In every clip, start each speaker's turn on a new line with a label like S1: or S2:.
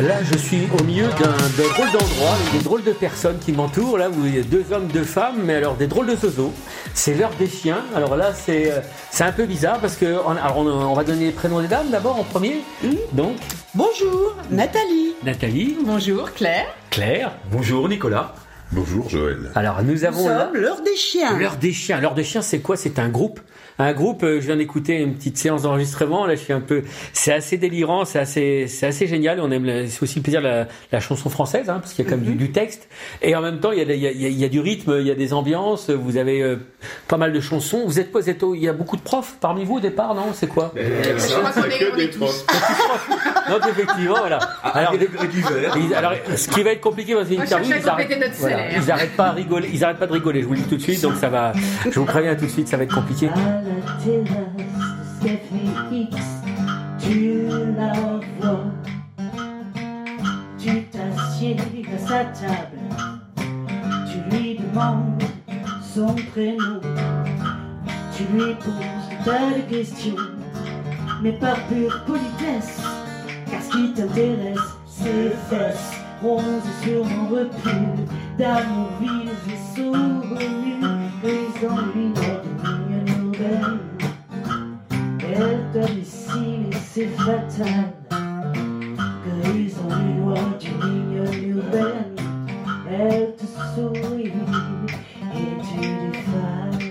S1: Là, je suis au milieu d'un d'un drôle d'endroit, avec des drôles de personnes qui m'entourent, là où il y a deux hommes, deux femmes, mais alors des drôles de zozos. C'est l'heure des chiens. Alors là, c'est euh, c'est un peu bizarre parce que on, alors on, on va donner les prénoms des dames d'abord en premier. Donc
S2: Bonjour, Nathalie.
S1: Nathalie,
S2: Bonjour, Claire.
S1: Claire. Bonjour Nicolas.
S3: Bonjour Joël.
S1: Alors nous
S2: Nous
S1: avons là-
S2: sommes l'heure des chiens.
S1: L'heure des chiens. L'heure des chiens, c'est quoi C'est un groupe. Un groupe. euh, je viens d'écouter une petite séance d'enregistrement. Là, je suis un peu. C'est assez délirant. C'est assez. C'est assez génial. On aime. le- C'est aussi le plaisir de la, la chanson française, hein, parce qu'il y a quand même du, du texte. Et en même temps, il y, a, des- il, y a, il y a- il y a du rythme. Il y a des ambiances. Vous avez euh, pas mal de chansons. Vous êtes quoi vous êtes au- Il y a beaucoup de profs parmi vous au départ, non C'est quoi
S3: Je
S4: crois qu'on est- on est tous.
S1: Non, effectivement, voilà. Alors, ils- alors, ce qui va être compliqué dans une
S4: On
S1: interview,
S4: cherche à
S1: ils arrêtent,
S4: compléter notre salaire.
S1: ils arrêtent pas à rigoler, ils arrêtent pas de rigoler. Je vous le dis tout de suite, donc ça va. Je vous préviens tout de suite, ça va être compliqué.
S5: À la terrasse du café X, tu la vois. Tu t'assieds à sa table, tu lui demandes son prénom, tu lui poses telle question, mais par pure politesse, car ce qui t'intéresse, c'est fesses, bronze sur mon recul, d'amour vise et sauve les ennuis d'une nouvelle. Elle domicile et c'est fatal. Grise en loi d'une ligne urbaine. Elle te sourit et tu défales.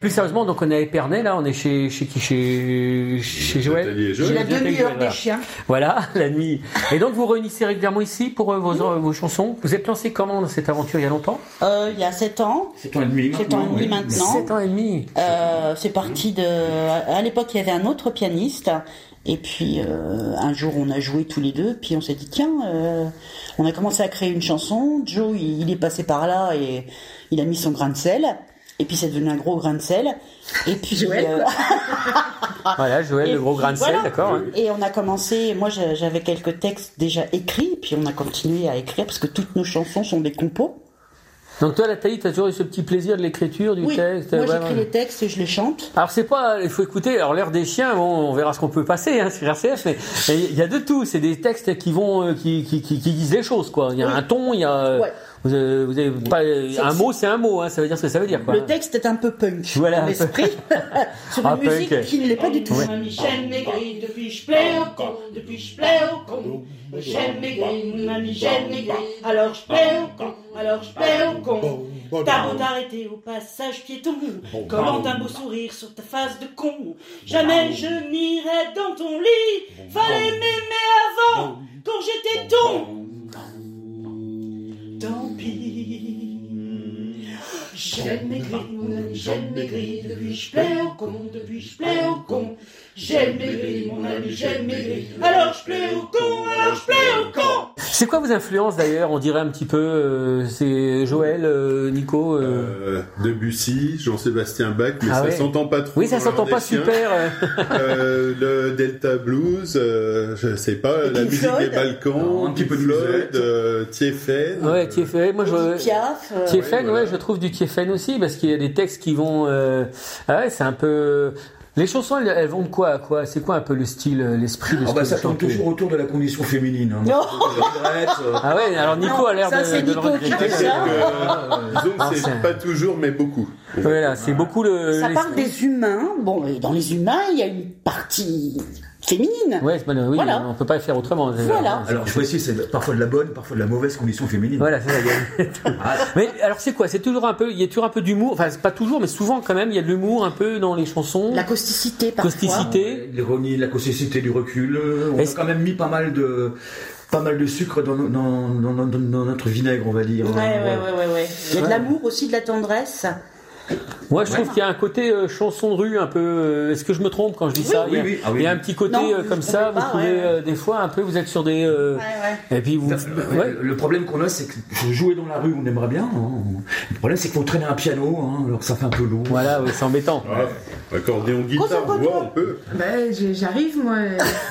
S1: Plus sérieusement, donc on est à Épernay, là, on est chez, chez qui Chez, chez Joël
S2: C'est la
S1: Joël,
S2: demi-heure
S1: Joël,
S2: des
S1: voilà.
S2: chiens.
S1: Voilà, la nuit. Et donc vous réunissez régulièrement ici pour euh, vos, vos chansons. Vous êtes lancé comment dans cette aventure il y a longtemps
S2: Euh, il y a 7 ans. 7 ans et demi maintenant. maintenant.
S1: Sept ans et demi.
S2: Euh, c'est parti de. À l'époque, il y avait un autre pianiste. Et puis euh, un jour, on a joué tous les deux. Puis on s'est dit tiens, euh, on a commencé à créer une chanson. Joe, il, il est passé par là et il a mis son grain de sel. Et puis c'est devenu un gros grain de sel. Et puis
S4: Joël,
S2: euh,
S1: Voilà, Joël,
S2: Et
S1: le gros
S2: puis,
S1: grain de sel,
S2: voilà.
S1: d'accord. hein.
S2: Et on a commencé, moi j'a- j'avais quelques textes déjà écrits, puis on a continué à écrire parce que toutes nos chansons sont des compos.
S1: Donc toi, Nathalie, t'as toujours eu ce petit plaisir de l'écriture, du
S2: oui,
S1: texte.
S2: moi
S1: ouais,
S2: j'écris
S1: ouais.
S2: les textes et je les chante.
S1: Alors c'est pas, il faut écouter. Alors l'ère des chiens, bon, on verra ce qu'on peut passer hein, sur RCF, mais mais il y a de tout. C'est des textes qui vont, euh, qui, qui, qui, qui disent les choses quoi. Il y a
S2: Oui.
S1: un ton, il y a, euh,
S2: Ouais.
S1: vous avez, vous avez pas, un
S2: c'est-
S1: mot, c'est un mot. Hein, ça veut dire ce que ça veut dire quoi.
S2: Le texte est un peu punk
S1: Voilà,
S2: dans l'esprit, sur
S1: Ah,
S2: une musique
S1: punk.
S2: qui ne l'est pas du tout.
S5: Michel Maigri, depuis je plais au con, depuis je plais au con. Michel Maigri, ma Michel Maigri, alors je plais au con, alors je plais au con. T'as beau t'arrêter au passage piéton, comment un beau sourire sur ta face de con. Jamais je n'irai dans ton lit, fallait m'aimer avant, quand j'étais ton. Tant pis. J'aime maigri, mon ami, j'aime maigri, depuis je plais au con, depuis je plais au con. J'aime maigri, mon ami, j'aime maigri, alors je plais au con, alors je plais au con.
S1: C'est quoi vos influences d'ailleurs On dirait un petit peu, euh, c'est Joël, euh, Nico. euh.
S3: Euh, Debussy, Jean-Sébastien Bach, mais
S1: Ah
S3: ça
S1: ouais.
S3: s'entend pas trop.
S1: Oui, ça
S3: dans
S1: s'entend
S3: l'un
S1: pas
S3: des chiens.
S1: super. euh.
S3: Euh, le Delta Blues, euh, je sais pas, la
S2: Pink
S3: musique
S2: Floyd.
S3: des Balkans,
S6: Un petit peu de
S3: Floyd,
S6: musette.
S3: euh, Thiéfaine.
S1: ouais, qui est fait. Moi, je.
S2: Edith Piaf, euh,
S1: Tiefen,
S3: Ouais, voilà.
S1: ouais, je trouve du Tiefen aussi, parce qu'il y a des textes qui vont. euh, ah ouais, c'est un peu. Les chansons, elles, elles vont de quoi à quoi C'est quoi un peu le style, euh, l'esprit de
S7: Ah
S1: ce
S7: bah
S1: que
S7: ça
S1: vous
S7: tourne
S1: chantez
S7: toujours autour de la condition féminine. hein.
S2: Non.
S7: La regrette, euh,
S1: Ah ouais, alors Nico
S2: Non,
S1: a l'air de,
S2: ça, c'est
S1: de le
S2: Nico qui
S1: regretter.
S2: fait ça.
S3: Euh, disons
S1: Ah,
S3: que
S1: c'est-
S3: c'est pas toujours, mais beaucoup.
S1: Voilà, c'est beaucoup le.
S2: ça
S1: les-
S2: parle des humains. Bon, et dans les humains, il y a une partie féminine.
S1: Ouais, c'est- oui,
S2: Voilà.
S1: on peut pas faire autrement.
S2: Voilà.
S7: Alors je précise, c'est parfois de la bonne, parfois de la mauvaise condition féminine. Ah,
S1: Voilà, c'est ça. il y a- mais alors c'est quoi C'est toujours un peu, il y a toujours un peu d'humour. Enfin, c'est pas toujours, mais souvent quand même, il y a de l'humour un peu dans les chansons.
S2: La causticité parfois.
S7: Ah,
S1: causticité.
S7: L'ironie, la causticité du recul. euh, On
S1: Est-ce-
S7: a quand même mis pas mal de, pas mal de sucre dans, no- dans- dans- dans- dans notre vinaigre, on va dire. hein.
S2: Ouais, ouais, ouais, ouais, ouais. Il y a de l'amour aussi, de la tendresse.
S1: Moi, je trouve qu'il y a un côté euh, chanson de rue, un peu. euh, Est-ce que je me trompe quand je dis ça
S7: oui,
S1: Il y a-
S7: oui. Ah oui,
S1: Il y a un
S7: oui.
S1: petit côté
S2: Non,
S1: euh,
S2: vous
S1: comme
S2: vous
S1: ça.
S2: trompez
S1: Vous
S2: pas,
S1: trouvez
S2: ouais,
S1: euh, des fois un peu, vous êtes sur des. euh,
S2: ouais.
S1: Et puis vous.
S7: Le-
S1: ouais.
S7: Euh, Le problème qu'on a, c'est que je jouais dans la rue, on aimerait bien. hein. Le problème, c'est qu'il faut traîner un piano, hein, alors ça fait un peu lourd.
S1: Voilà, ouais, c'est embêtant.
S3: Ouais. Accordéon, guitare, voix, un peu.
S8: Bah, je- j'arrive, moi.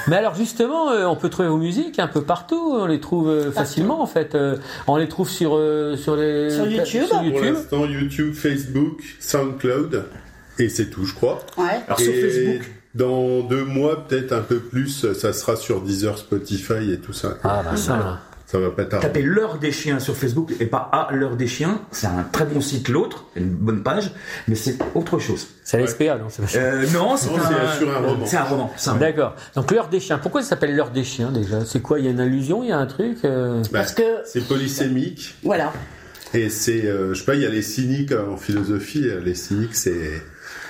S1: Mais alors justement, euh, on peut trouver vos musiques un peu partout. On les trouve euh, facilement en fait. Euh, on les trouve sur euh, sur les
S2: Sur YouTube.
S3: Pour l'instant, YouTube, Facebook, SoundCloud. Et c'est tout, je crois.
S2: Ouais.
S7: Alors, sur
S3: Et
S7: Facebook.
S3: Dans deux mois, peut-être un peu plus, ça sera sur Deezer, Spotify et tout ça.
S1: Ah bah ça. là.
S3: Ça va pas tarder.
S7: Tapez l'heure des chiens sur Facebook et pas à l'heure des chiens. C'est un très bon site, l'autre, une bonne page, mais c'est autre chose.
S1: C'est la SPA, non c'est pas ça.
S7: Euh, non, c'est
S3: Non,
S7: un,
S3: c'est sur un roman.
S7: C'est un roman. c'est un roman.
S1: D'accord. Donc l'heure des chiens. Pourquoi ça s'appelle l'heure des chiens déjà C'est quoi Il y a une allusion Il y a un truc euh,
S3: Bah,
S2: Parce que,
S3: C'est polysémique.
S2: voilà.
S3: Et c'est, euh, je sais pas, il y a les cyniques euh, en philosophie. euh, Les cyniques, c'est,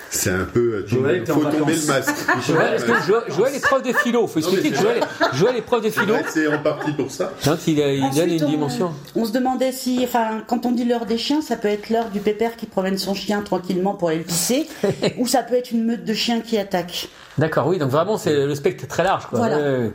S3: c'est un peu, euh, tomber-
S7: Joël était en
S3: faut tomber
S7: vacances.
S3: le masque.
S1: Joël, est-ce que Jo- Joël est prof de philo. Faut expliquer
S3: mais
S1: que
S3: c'est
S1: Joël, Joël est prof de philo.
S3: Ouais, c'est en partie pour ça.
S1: Donc il, a- il donne
S2: Ensuite,
S1: une
S2: on-
S1: dimension.
S2: On se demandait si, enfin, quand on dit l'heure des chiens, ça peut être l'heure du pépère qui promène son chien tranquillement pour aller le pisser, ou ça peut être une meute de chiens qui attaque.
S1: D'accord, oui. Donc vraiment, c'est le spectre est très large. Quoi.
S2: Voilà.
S1: Ouais, ouais.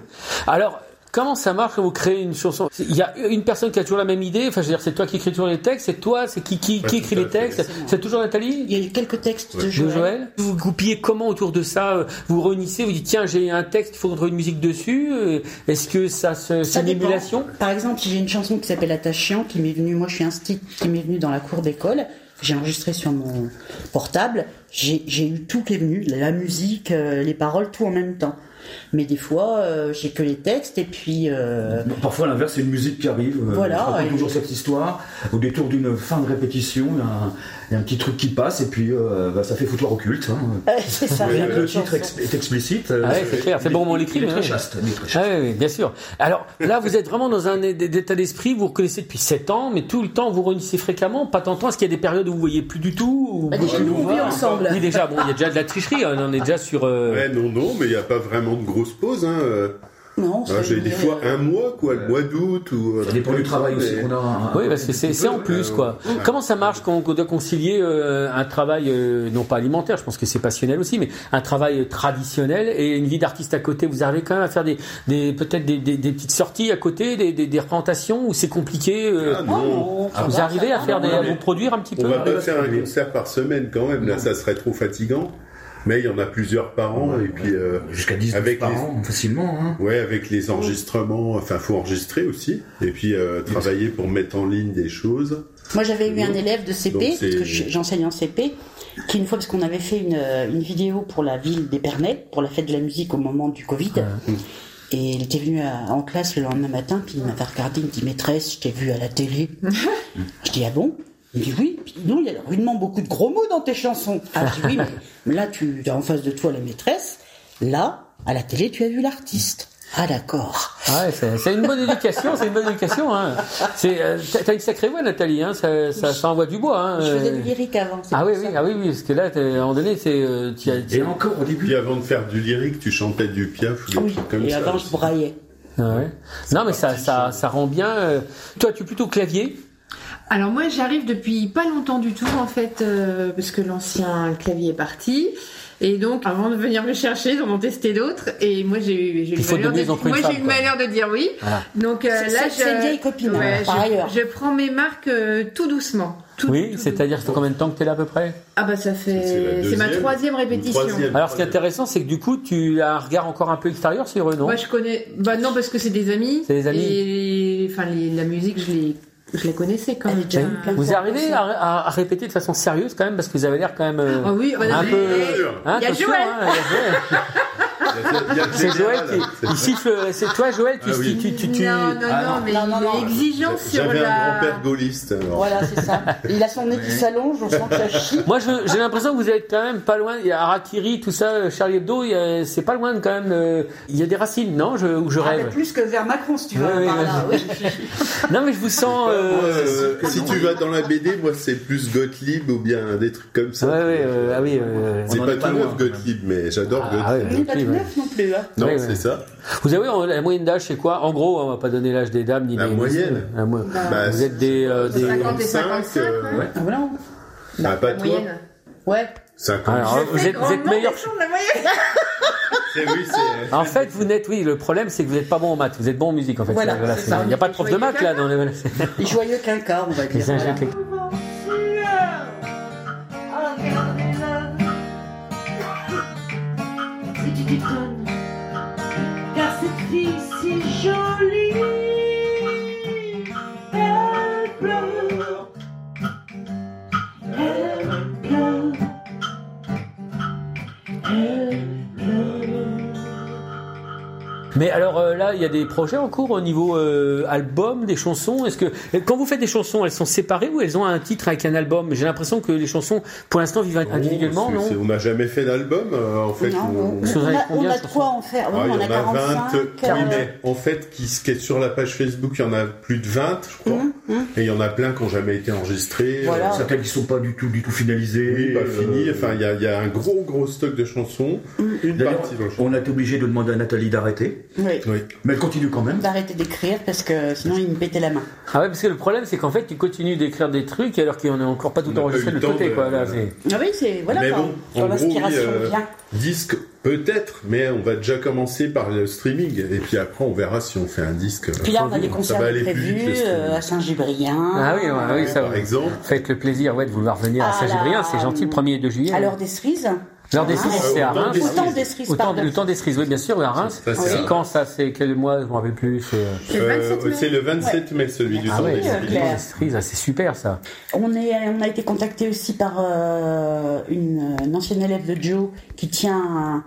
S1: Alors. Comment ça marche quand vous créez une chanson Il y a une personne qui a toujours la même idée. Enfin, je veux dire, c'est toi qui écris toujours les textes, c'est toi, c'est qui qui,
S3: Ouais,
S1: qui
S3: tout
S1: écrit
S3: à
S1: les
S3: fait.
S1: textes C'est toujours Nathalie
S2: Il y a eu quelques textes de
S1: de
S2: Joël.
S1: Joël. Vous goupillez comment autour de ça Euh, Vous réunissez, vous dites tiens j'ai un texte, il faut qu'on trouve une musique dessus. Euh, Est-ce que ça se c'est
S2: Ça
S1: une
S2: dépend.
S1: émulation
S2: Par exemple, si j'ai une chanson qui s'appelle Attache Chien, qui m'est venue, moi je suis un stick, qui m'est venue dans la cour d'école, j'ai enregistré sur mon portable, j'ai j'ai eu tout qui est venu, la musique, euh, les paroles, tout en même temps. Mais des fois, euh, j'ai que les textes et puis... euh,
S7: Parfois, à l'inverse, c'est une musique qui arrive. euh,
S2: Voilà,
S7: je raconte
S2: et-
S7: toujours cette histoire. Au détour d'une fin de répétition, il y a un- il y, a un petit truc qui passe et puis euh, bah, ça fait foutoir occulte. hein.
S2: Ah, c'est ça.
S7: Rien
S2: la
S7: que le
S2: chanson.
S7: titre ex- est explicite. euh,
S1: Ah ouais, c'est clair, c'est bon, on
S7: il-
S1: l'écrit,
S7: Il est
S1: mais
S7: très
S1: ouais.
S7: chaste. il est très
S1: Ah
S7: chaste.
S1: oui, oui, bien sûr. Alors là, vous êtes vraiment dans un é- état d'esprit, vous vous reconnaissez depuis 7 ans, mais tout le temps, vous réunissez fréquemment, pas tant de temps. Est-ce qu'il y a des périodes où vous voyez plus du tout ou
S8: Bah, déjà,
S1: vous
S8: nous, on
S1: vous
S8: vit
S1: voir
S8: ensemble.
S1: Oui, déjà, bon, il y a déjà de la tricherie, on en est déjà sur. euh,
S3: Ouais, non, non, mais il n'y a pas vraiment de grosse pause. Hein. euh.
S2: Non,
S3: Ah,
S2: c'est-
S3: J'ai des fois
S2: euh,
S3: un mois, quoi, le mois d'août. ou, euh,
S7: Ça dépend du travail
S3: mais-
S7: aussi qu'on a. hein.
S1: Oui, parce que c'est c'est en plus, quoi.
S3: ouais.
S1: Comment ça marche quand on doit concilier euh, un travail, euh, non pas alimentaire, je pense que c'est passionnel aussi, mais un travail euh, traditionnel et une vie d'artiste à côté Vous arrivez quand même à faire des, des peut-être des, des- des petites sorties à côté, des, des, des représentations, ou c'est compliqué euh,
S3: Ah, non.
S7: Oh,
S1: Vous arrivez à faire des, à vous produire un petit
S3: On
S1: peu
S3: va pas faire un concert par semaine quand même, là ça serait trop fatigant. Mais il y en a plusieurs par an et puis euh,
S7: Jusqu'à 10
S3: Avec
S7: par
S3: les-
S7: an, facilement. hein.
S3: ouais avec les enregistrements, enfin faut enregistrer aussi et puis euh, travailler pour mettre en ligne des choses.
S2: Moi, j'avais eu un élève de CP,
S3: Donc, c'est-
S2: parce que je- j'enseigne en CP, qui une fois, parce qu'on avait fait une, euh, une vidéo pour la ville d'Épernay, pour la fête de la musique au moment du Covid, et il était venu à- en classe le lendemain matin, puis il m'avait regardé, il me dit Maîtresse, je t'ai vu à la télé. je dis Ah bon Il me dit Oui, Puis, non, il y a rudement beaucoup de gros mots dans tes chansons. Ah, je dis Oui, mais, mais là, tu as en face de toi la maîtresse, là, à la télé, tu as vu l'artiste. Ah, d'accord.
S1: Ouais, c'est c'est une bonne éducation, c'est une bonne éducation. Hein. C'est, euh, t'as- T'as une sacrée voix, Nathalie, hein, ça, ça, ça envoie du bois. Hein,
S2: Je faisais
S1: euh.
S2: du lyrique avant. c'est
S1: ah
S2: pour
S1: oui,
S2: ça.
S1: oui, ah oui, oui, parce que là, t'es- à un moment donné, c'est euh, t'y as- t'y
S7: Et
S1: as-
S7: encore au début.
S3: Puis avant de faire du lyrique, tu chantais du piaf ou des
S2: Ah Oui,
S3: trucs comme
S2: et
S3: ça.
S2: avant, je braillais.
S1: Ah ouais. Non, mais ça, ça, ça rend bien. euh, Toi, tu es plutôt clavier.
S8: Alors moi j'arrive depuis pas longtemps du tout en fait euh, parce que l'ancien clavier est parti et donc avant de venir me chercher ils en ont testé d'autres et moi j'ai eu j'ai eu
S1: Il
S8: le
S1: faut
S8: malheur
S1: donner,
S8: de,
S1: ils ont pris une
S8: moi
S1: femme,
S8: j'ai eu le
S1: quoi.
S8: malheur de dire oui
S1: Voilà.
S8: donc euh,
S2: C'est-
S8: là
S2: c'est- c'est une
S8: je-
S2: vieille copine, hein,
S8: Ouais,
S2: par
S8: je,
S2: ailleurs.
S8: je prends mes marques euh, tout doucement Tout-
S1: Oui,
S8: tout
S1: c'est-à-dire, ça fait combien de temps que tu es là à peu près
S8: Ah bah ça
S3: C'est la
S8: fait c'est
S3: deuxième.
S8: ma troisième
S3: Une
S8: répétition.
S3: troisième.
S1: Alors, ce qui est intéressant, c'est que du coup, tu as un regard encore un peu extérieur sur eux, non
S8: Moi je connais bah non parce que c'est des amis.
S1: C'est des amis.
S8: Et enfin les- la musique je les je la connaissais quand
S2: Elle est
S8: même.
S2: déjà venue plein de
S1: Ah, Vous
S2: fois.
S1: arrivez à, à- à répéter de façon sérieuse quand même, parce que vous avez l'air quand même. euh,
S8: Ah oui, bah, non,
S1: Un
S8: mais-
S1: peu- hein,
S8: Il y a
S1: attention,
S8: Joël.
S1: hein, il y a Joël.
S3: Il y a- il y a le
S1: C'est Joël
S3: général.
S1: qui il siffle. C'est toi, Joël, tu,
S3: Ah oui.
S1: tu, tu, tu-
S8: Non, non,
S7: Ah,
S8: non, mais
S2: non, non,
S8: il
S2: non.
S8: est exigeant sur
S3: J'avais un
S8: la.
S3: grand-père gaulliste. alors.
S2: Voilà, c'est ça. Il a son nez qui s'allonge, on sent que ça chie.
S1: Moi, je- j'ai l'impression que vous êtes quand même pas loin. Il y a Harakiri, tout ça, euh, Charlie Hebdo. il y a- C'est pas loin de quand même. euh, Il y a des racines, non je, Ou je
S2: Ah, mais
S1: rêve.
S2: plus que vers Macron, si tu veux. hein,
S1: Ouais,
S2: par
S1: ouais,
S2: là, oui.
S1: Non, mais je vous sens.
S3: Moi,
S1: euh,
S3: euh, si tu vas dans la BD, moi c'est plus Gottlieb ou bien des trucs comme ça.
S1: Ouais, ouais, euh, ah oui. euh,
S3: C'est
S7: On en
S3: pas
S7: est pas
S3: tout
S7: loin,
S3: neuf
S7: quand même.
S3: Gottlieb, mais j'adore
S1: ah ouais,
S3: Gottlieb.
S2: Il n'est pas
S1: ok,
S2: tout
S1: ouais.
S2: neuf non plus. hein.
S3: Non,
S1: Ouais, ouais.
S3: c'est ça.
S1: Vous avez on- la moyenne d'âge, c'est quoi En gros, on va pas donner l'âge des dames ni
S3: La
S1: des
S3: moyenne
S1: la mo-
S3: Bah,
S1: Vous êtes des, euh, des-
S2: hein.
S8: Cinquante et cinquante-cinq,
S3: euh,
S8: ouais.
S2: Ah, voilà.
S3: Ça va pas toi
S8: Moyenne.
S2: Ouais.
S3: 50.
S1: Ah, Alors, vous êtes, vous êtes meilleur.
S8: la moyenne.
S3: C'est- Eh oui, c'est-
S1: En fait, vous n'êtes, oui, le problème, c'est que vous n'êtes pas bon en maths, vous êtes bon en musique, en fait.
S2: Voilà, c'est ça.
S1: Il n'y a pas de prof de maths, là, dans les,
S2: Les joyeux quinquas, on va dire.
S1: les ingénieurs.
S2: voilà.
S5: Ah, Si tu déconnes, car cette fille si jolie, elle pleure, elle pleure, elle pleure.
S1: Mais alors euh, là, il y a des projets en cours au niveau euh, album, des chansons. Est-ce que et quand vous faites des chansons, elles sont séparées ou elles ont un titre avec un album J'ai l'impression que les chansons, pour l'instant, vivent individuellement,
S3: Oh, c'est-
S1: non
S3: c'est- On n'a jamais fait d'album, euh, en fait.
S2: Non,
S3: on-
S2: non.
S1: Vous en
S2: on
S1: avez
S2: a, on
S1: combien,
S2: a
S1: je
S2: de
S1: pense
S2: quoi en faire.
S3: Ah,
S2: Ouais,
S3: il y
S2: on
S3: en
S2: a
S3: a
S2: 45.
S3: 20. Oui,
S2: euh,
S3: mais en fait, qui, ce qui est sur la page Facebook, il y en a plus de 20, je crois.
S2: Hum, hum.
S3: Et il y en a plein qui n'ont jamais été enregistrés.
S2: Voilà.
S3: euh,
S7: Certaines qui sont pas du tout, du tout finalisées.
S3: Oui, pas
S7: euh,
S3: fini. Enfin, il y a, il y a un gros, gros stock de chansons.
S2: Mm-hmm.
S3: Une
S7: D'ailleurs,
S3: partie, donc.
S7: on a été obligé de demander à Nathalie d'arrêter,
S2: Oui.
S3: Oui.
S7: mais elle continue quand même.
S2: D'arrêter d'écrire parce que sinon il me pétait la main.
S1: Ah ouais, parce que le problème, c'est qu'en fait, tu continues d'écrire des trucs alors qu'on n'a encore pas
S3: On
S1: tout
S3: n'a
S1: enregistré
S3: pas
S1: de
S3: eu le
S1: l'autre
S3: temps
S1: côté,
S3: de-
S1: quoi. Là, c'est-
S2: Ah oui, c'est. Voilà,
S3: Mais
S2: quand,
S3: bon,
S2: quand
S3: en gros,
S2: l'inspiration
S3: oui, euh,
S2: vient.
S3: Disque, peut-être, mais on va déjà commencer par le streaming. Et puis après, on verra si on fait un disque. euh,
S2: Puis là, on a
S3: sans
S2: des
S3: doute.
S2: concerts
S3: Ça va
S2: de
S3: aller plus vite,
S2: prévus
S3: le streaming.
S2: euh, à Saint-Gébrien.
S1: Ah oui, ouais, oui, ça va.
S3: Par exemple.
S1: Faites le plaisir, ouais, de vouloir venir à
S2: Ah,
S1: Saint-Gébrien,
S2: là,
S1: c'est gentil, le
S2: euh,
S1: 1er et 2 juillet.
S2: À l'heure des cerises.
S1: L'heure des
S2: Ah,
S1: cerises, c'est à
S3: autant
S1: Reims.
S3: des
S2: Au temps
S3: cerises.
S2: des cerises,
S1: Autant-
S2: pardon.
S1: le temps des cerises, oui, bien sûr, oui, à Reims.
S3: Ça, c'est
S1: C'est
S3: un-
S1: quand ça C'est quel mois Je m'en rappelle plus. c'est-
S8: C'est le 27
S3: Euh,
S8: mai.
S3: c'est le 27 mai, celui du
S1: Ah
S3: temps
S1: ouais,
S3: des
S2: euh,
S3: cerises.
S2: Claire.
S1: des cerises, ah, c'est super ça.
S2: On, est, on a été contacté aussi par euh, une, une ancienne élève de Joe qui tient un,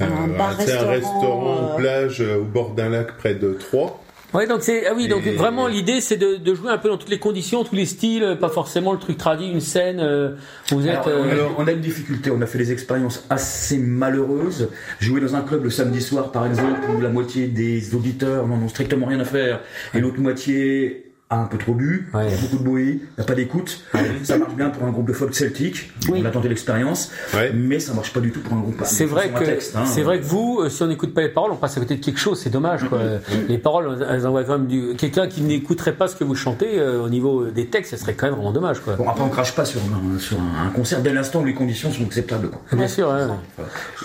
S2: un
S3: Euh,
S2: bar
S3: c'est un
S2: restaurant.
S3: restaurant
S2: euh,
S3: en plage euh, au bord d'un lac près de Troyes.
S1: Ouais, donc c'est ah oui, donc
S3: Et-
S1: vraiment l'idée c'est de, de jouer un peu dans toutes les conditions, tous les styles, euh, pas forcément le truc tradit, une scène. euh, vous êtes.
S7: Alors, on,
S1: euh,
S7: a, on a une difficulté, on a fait des expériences assez malheureuses. Jouer dans un club le samedi soir, par exemple, où la moitié des auditeurs n'en ont strictement rien à faire, et l'autre moitié a un peu trop bu,
S1: Ouais.
S7: il y a beaucoup de bruit, il n'y a pas d'écoute. Ça marche bien pour un groupe de folk celtique,
S2: Oui.
S7: on a tenté l'expérience,
S3: Ouais.
S7: mais ça marche pas du tout pour un groupe
S1: C'est vrai
S7: sur
S1: que
S7: un texte, hein.
S1: c'est vrai que vous, euh, si on n'écoute pas les paroles, on passe à côté de quelque chose. C'est dommage. Quoi.
S7: Mm-hmm.
S1: Euh, Les paroles, elles envoient quand même du. Quelqu'un qui n'écouterait pas ce que vous chantez euh, au niveau des textes, ce serait quand même vraiment dommage. Quoi.
S7: Bon, après, on crache pas sur un, sur un concert. Dès l'instant, où les conditions sont acceptables. Quoi.
S1: Bien sûr. hein.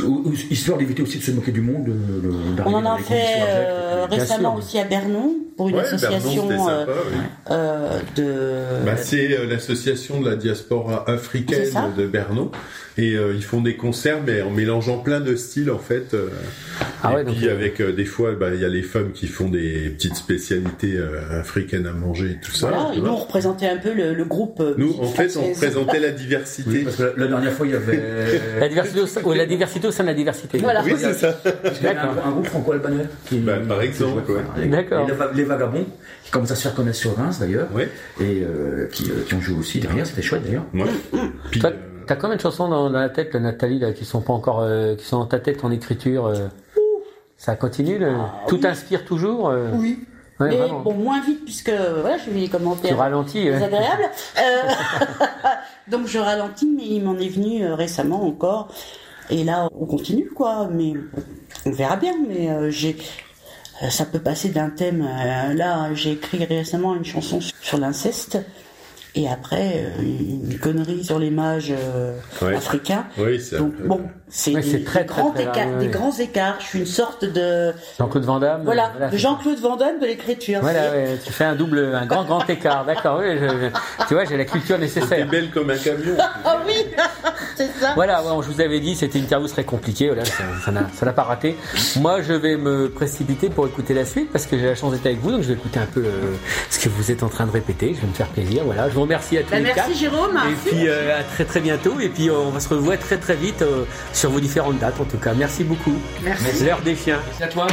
S7: Ou- ou- Histoire d'éviter aussi de se moquer du monde. euh, le- d'arriver
S2: On en
S7: dans
S2: a
S7: des
S2: fait
S7: conditions abjectes.
S2: euh,
S1: Bien
S2: récemment
S1: sûr.
S2: aussi à Bernon pour une
S3: Ouais,
S2: association
S3: Bernon, c'était sympa,
S2: euh,
S3: oui.
S2: euh, de.
S3: Bah, c'est euh, l'association de la diaspora
S2: C'est ça.
S3: africaine de Bernon et euh, ils font des concerts mais en mélangeant plein de styles en fait. euh,
S1: Ah
S3: et
S1: ouais, donc,
S3: puis
S1: euh,
S3: avec euh, des fois bah, il y a les femmes qui font des petites spécialités euh, africaines à manger et tout ça.
S2: Voilà,
S3: tu
S2: et
S3: vois.
S2: nous on représentait un peu le, le groupe. euh,
S3: Nous,
S2: musique
S3: en fait on
S2: française.
S3: représentait la
S7: Oui,
S3: diversité.
S7: parce que la, la dernière fois, il y
S1: La
S7: avait.
S1: diversité, au sein- ou la diversité au sein de la diversité.
S2: Voilà.
S3: oui c'est ça.
S7: Il y avait un, un groupe franco-albanais. qui-
S3: Bah, par
S7: qui
S3: exemple,
S7: jouait,
S3: ouais.
S7: enfin, les-
S1: D'accord.
S7: Les, va- les Vagabonds, qui commencent à se faire connaître sur Reims d'ailleurs,
S3: Ouais.
S7: et euh, qui, euh, qui ont joué aussi derrière, c'était chouette d'ailleurs.
S3: Ouais. Puis,
S1: Toi,
S3: euh,
S1: t'as combien de chansons dans, dans la tête, là, Nathalie, là, qui sont pas encore, euh, qui sont dans ta tête en écriture euh, Ça continue. le- tout t'inspire toujours. euh,
S2: Ah, Oui.
S1: ouais,
S2: Mais
S1: vraiment.
S2: bon, moins vite puisque voilà, je fais les
S1: Tu
S2: commentaires.
S1: ralentis. ouais.
S2: très agréables. Euh, donc je ralentis, mais il m'en est venu euh, récemment encore. Et là, on continue quoi, mais on verra bien. Mais euh, j'ai, euh, ça peut passer d'un thème. euh, là, j'ai écrit récemment une chanson sur- sur l'inceste, et après euh, une une connerie sur les mages euh,
S3: Ouais.
S2: africains.
S3: oui, c'est
S2: Donc bon, c'est
S1: Ouais,
S2: des,
S1: c'est très,
S2: des
S1: très,
S2: grands
S1: très
S2: écarts,
S1: varié,
S2: des
S1: ouais.
S2: grands écarts. Je suis une sorte de
S1: Jean-Claude Van Damme.
S2: voilà,
S1: euh, voilà,
S2: de
S1: c'est-
S2: Jean-Claude Van Damme de l'écriture.
S1: Voilà,
S2: C'est-
S1: ouais, tu fais un double, un grand, grand écart, d'accord. Oui, je- je- tu vois, j'ai la culture
S3: T'es
S1: nécessaire.
S3: belle comme un camion.
S2: Ah oui, c'est ça.
S1: Voilà, ouais, je vous avais dit, cette interview serait compliquée. Voilà, ça ça n'a ça n'a pas raté. Moi, je vais me précipiter pour écouter la suite parce que j'ai la chance d'être avec vous, donc je vais écouter un peu euh, ce que vous êtes en train de répéter. Je vais me faire plaisir. Voilà, je vous remercie à tous
S8: Bah,
S1: les quatre.
S8: merci Jérôme.
S1: Et puis euh, à très très bientôt. Et puis on va se revoir très très vite euh, sur vos différentes dates en tout cas. Merci beaucoup.
S8: Merci.
S1: L'heure des chiens. Merci à toi.